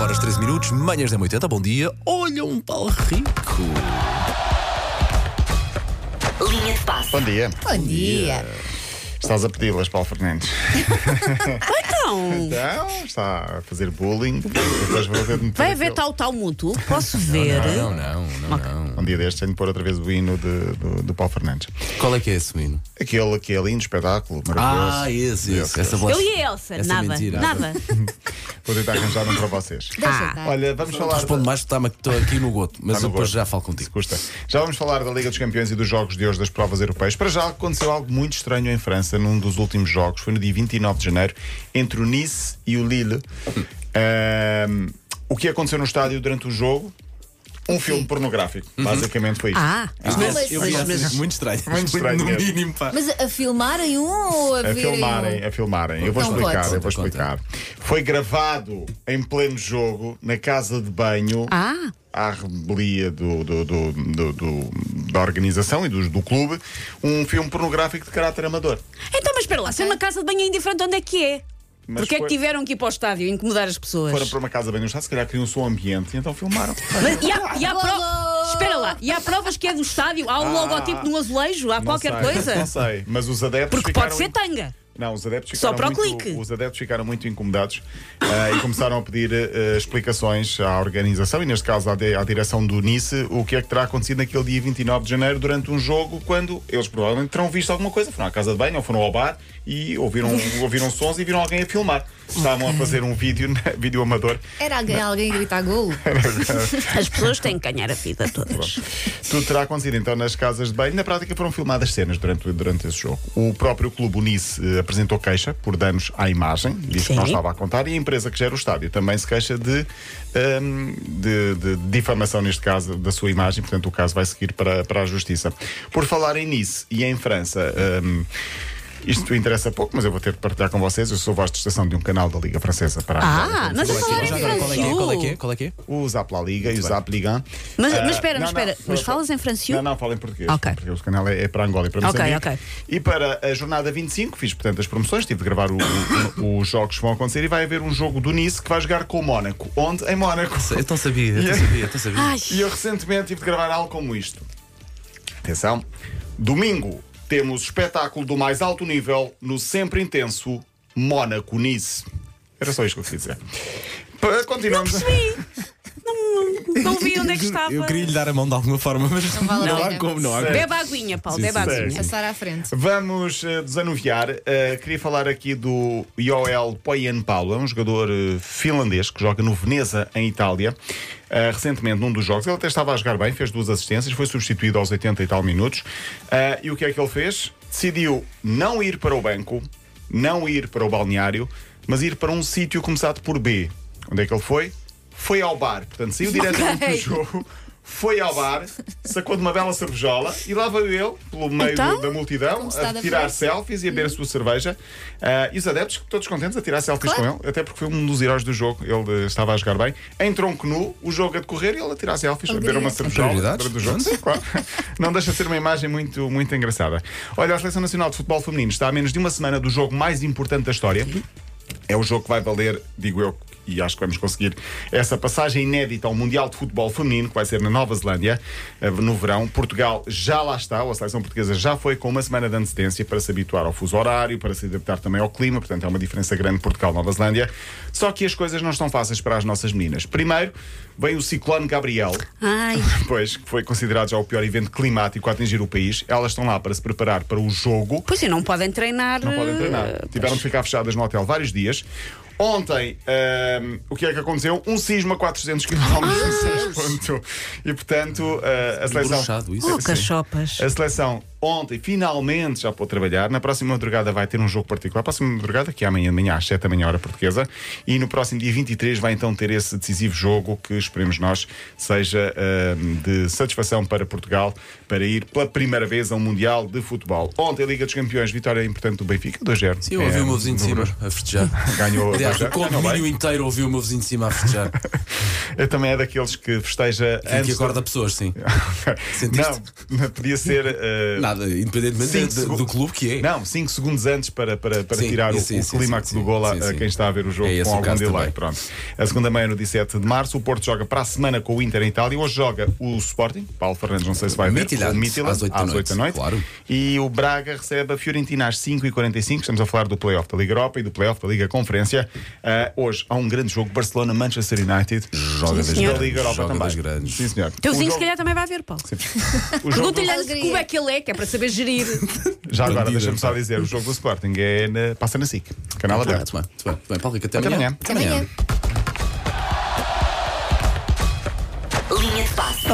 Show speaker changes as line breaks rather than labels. horas 13 minutos, manhãs da 80, bom dia. Olha um pau rico.
Linha de passe.
Bom dia.
Bom dia.
Estás a pedi-las, Paulo Fernandes.
Então,
Então, está a fazer bullying. Depois vou ter de meter
vai haver
aquele-
tal tal mútuo? Posso ver?
Não, não, não, não.
Um dia destes tenho de pôr outra vez o hino de- do, do Paulo Fernandes.
Qual é que é esse hino?
Aquele, aquele hino, espetáculo, maravilhoso.
Ah, esse, esse. Essa voz.
Eu e a Elsa,
Essa é
nada,
mentira.
nada.
Vou tentar arranjar um para vocês.
Ah,
Olha, vamos falar.
Respondo mais que está-me- estou aqui Tá no goto, mas
Está no
eu depois
gosto.
já falo
Se
contigo.
custa. Já vamos falar da Liga dos Campeões e dos jogos de hoje das provas europeias. Para já aconteceu algo muito estranho em França num dos últimos jogos. Foi no dia 29 de janeiro, entre o Nice e o Lille. Ahm, o que aconteceu no estádio durante o jogo? Um filme pornográfico. Basicamente foi isto.
Ah,
Mas eu vi
mas-
essas muito estranhas.
Muito estranho
No
mesmo.
mínimo, pá.
Mas a filmarem um ou a,
É
A
verem
filmarem, a filmarem. Eu vou
Então
explicar,
pode.
eu vou
Conta, conta.
explicar. Foi gravado em pleno jogo, na casa de banho.
Ah.
À rebelia do, do- do- do- do- da organização e dos- do clube, um filme pornográfico de caráter amador.
então, mas espera lá, se é uma casa de banho é indiferente, onde é que é?
Mas
Porque é
foi-
que tiveram que ir para o estádio incomodar as pessoas?
Foram para uma casa de banho, no estádio, se calhar criam um som ambiente e então filmaram.
Mas- e há, e há pro-
Alô!
Espera lá, e há provas que é do estádio? Há um
Ah,
logotipo de um azulejo? Há
Não
qualquer
sei,
coisa?
Não sei, mas os adeptos.
Porque
ficaram
pode ser tanga.
Não, os adeptos
Só
ficaram
para o
muito,
clique.
Os adeptos ficaram muito incomodados eh, e começaram a pedir eh, explicações à organização e, neste caso, à, de- à direção do Nice, o que é que terá acontecido naquele dia 29 de janeiro durante um jogo, quando eles provavelmente terão visto alguma coisa. Foram à casa de banho ou foram ao bar e ouviram, ouviram sons e viram alguém a filmar. Estavam a fazer um vídeo, né, vídeo amador.
Era alguém, alguém a gritar golo?
As pessoas têm que ganhar a vida todas.
Tudo terá acontecido então nas casas de banho. Na prática foram filmadas cenas durante, durante esse jogo. O próprio clube Unice eh, apresentou queixa por danos à imagem, diz que não
Sim.
estava a contar, e a empresa que gera o estádio também se queixa de, ehm, de, de difamação, neste caso, da sua imagem. Portanto, o caso vai seguir para, para a justiça. Por falar em Nice e em França. ehm, isto interessa pouco, mas eu vou ter de partilhar com vocês. Eu sou voz de estação de um canal da Liga Francesa para
Ah,
a
nós já falaremos
Já agora, é Qual é que é? Qual é que é? Qual é que é?
o Zap La Liga e o Zap Liga.
Mas-
Ah,
mas
não,
espera, mas espera.
não,
Mas
só-
falas em franciú?
Não, não, falo em português.
Ok.
Porque o canal é, é para Angola e para
Ok,
Moçambique.
ok.
E para a jornada 25, fiz, portanto, as promoções, tive de gravar o- o- os jogos que vão acontecer e vai haver um jogo do Nice que vai jogar com o Mónaco. Onde? Em Mónaco.
Eu não sabia, eu não sabia, eu não sabia.
Ai,
E eu recentemente tive de gravar algo como isto. Atenção. Domingo temos espetáculo do mais alto nível no sempre intenso Mónaco-Nice. Era só isto que eu queria dizer. Pa- Continuamos.
não vi onde é que estava.
Eu queria lhe dar a mão de alguma forma, mas não,
vale a
há
pena.
como, não há como.
Bebe aguinha, Paulo,
Sim,
bebe
sim.
aguinha.
Passar à frente.
Vamos eh, desanuviar. Eh, queria falar aqui do Joel Poyenpalo, é um jogador eh, finlandês que joga no Veneza, em Itália. Eh, recentemente, num dos jogos, ele até estava a jogar bem, fez duas assistências, foi substituído aos 80 e tal minutos. Eh, e o que é que ele fez? Decidiu não ir para o banco, não ir para o balneário, mas ir para um sítio começado por B. Onde é que ele foi? Foi ao bar. Portanto, saiu diretamente do
Ok.
jogo, foi ao bar, sacou de uma bela cervejola e lá veio ele, pelo meio
Então?
da multidão,
se
a
dá da
tirar
vez.
selfies e a beber a sua cerveja. Ah, e os adeptos, todos contentes, a tirar selfies com ele, até porque foi um dos heróis do jogo. Ele eh, estava a jogar bem. Em tronco nu, o jogo a decorrer e ele a tirar selfies, a beber uma cervejola
Prioridades,
durante o jogo. Sim, claro. Não deixa de ser uma imagem muito, muito engraçada. Olha, a Seleção Nacional de Futebol Feminino está a menos de uma semana do jogo mais importante da história. É o jogo que vai valer, digo eu, e acho que vamos conseguir essa passagem inédita ao Mundial de Futebol Feminino, que vai ser na Nova Zelândia, eh, no verão. Portugal já lá está, ou a seleção portuguesa já foi com uma semana de antecedência para se habituar ao fuso horário, para se adaptar também ao clima, portanto é uma diferença grande Portugal-Nova Zelândia. Só que as coisas não estão fáceis para as nossas meninas. Primeiro, vem o ciclone Gabriel,
Ai,
pois, que foi considerado já o pior evento climático a atingir o país. Elas estão lá para se preparar para o jogo.
pois e não podem treinar. eh,
Não podem treinar.
Ah,
Tiveram de ficar fechadas no hotel vários dias. Ontem, ahm, o que é que aconteceu? Um sismo a 400 km de ponto. E, portanto, ah, a seleção.
Bruxado isso.
Oh, cachopas.
A seleção ontem finalmente já pôde trabalhar. Na próxima madrugada vai ter um jogo particular. Próxima madrugada, que é amanhã de manhã, às 7 da manhã, hora portuguesa. E no próximo dia 23 vai então ter esse decisivo jogo que esperemos nós seja ahm, de satisfação para Portugal para ir pela primeira vez a um Mundial de Futebol. Ontem, a Liga dos Campeões, vitória importante do Benfica, 2-0.
Sim, eu ouvi
É,
o meu vizinho de
no
cima
Bruges.
a festejar.
Ganhou.
Aliás, o
ganhou bem.
condomínio inteiro ouviu o meu vizinho de cima a festejar.
Eu também é daqueles que festeja
Em que
antes.
acorda pessoas, sim. um Sentiste?
Não, podia ser eh,
Nada. verdade, independentemente
Cinco
de-
segun-
do clube que é.
Não, 5 segundos antes para, para, para
Sim,
tirar o-
isso,
o,
isso,
clímax
isso, sim,
do gol a,
sim,
a
sim.
quem está a ver o jogo
É esse
com
o
algum
caso
delay.
também.
Pronto. A segunda meia no 17 de março, o Porto joga para a semana com o Inter em Itália. Hoje joga o Sporting, Paulo Fernandes, não sei se vai ver,
Midtjylland,
o Midtjylland,
às oito da
às
noite,
oito da noite.
claro.
E o Braga recebe a Fiorentina às 5h45. Estamos a falar do Playoff da Liga Europa e do Playoff da Liga Conferência. Ah, hoje há um grande jogo, Barcelona-Manchester United.
Joga das
da
grandes.
Liga Europa
joga
também.
das grandes.
Sim, senhor.
Teu
O
vizinho,
jogo-
Então, se calhar, também vai ver, Paulo.
o jogo do-
Pergunta-lhe antes
Alegria.
como é que ele é, que é para saber gerir.
Já agora,
Bandido,
deixa-me só
pá.
dizer, o jogo do Sporting é na, passa na SIC, canal
Muito bem,
aberto.
muito bem, muito bem. Paulo Rico, até
Até
amanhã.
amanhã.
Até amanhã.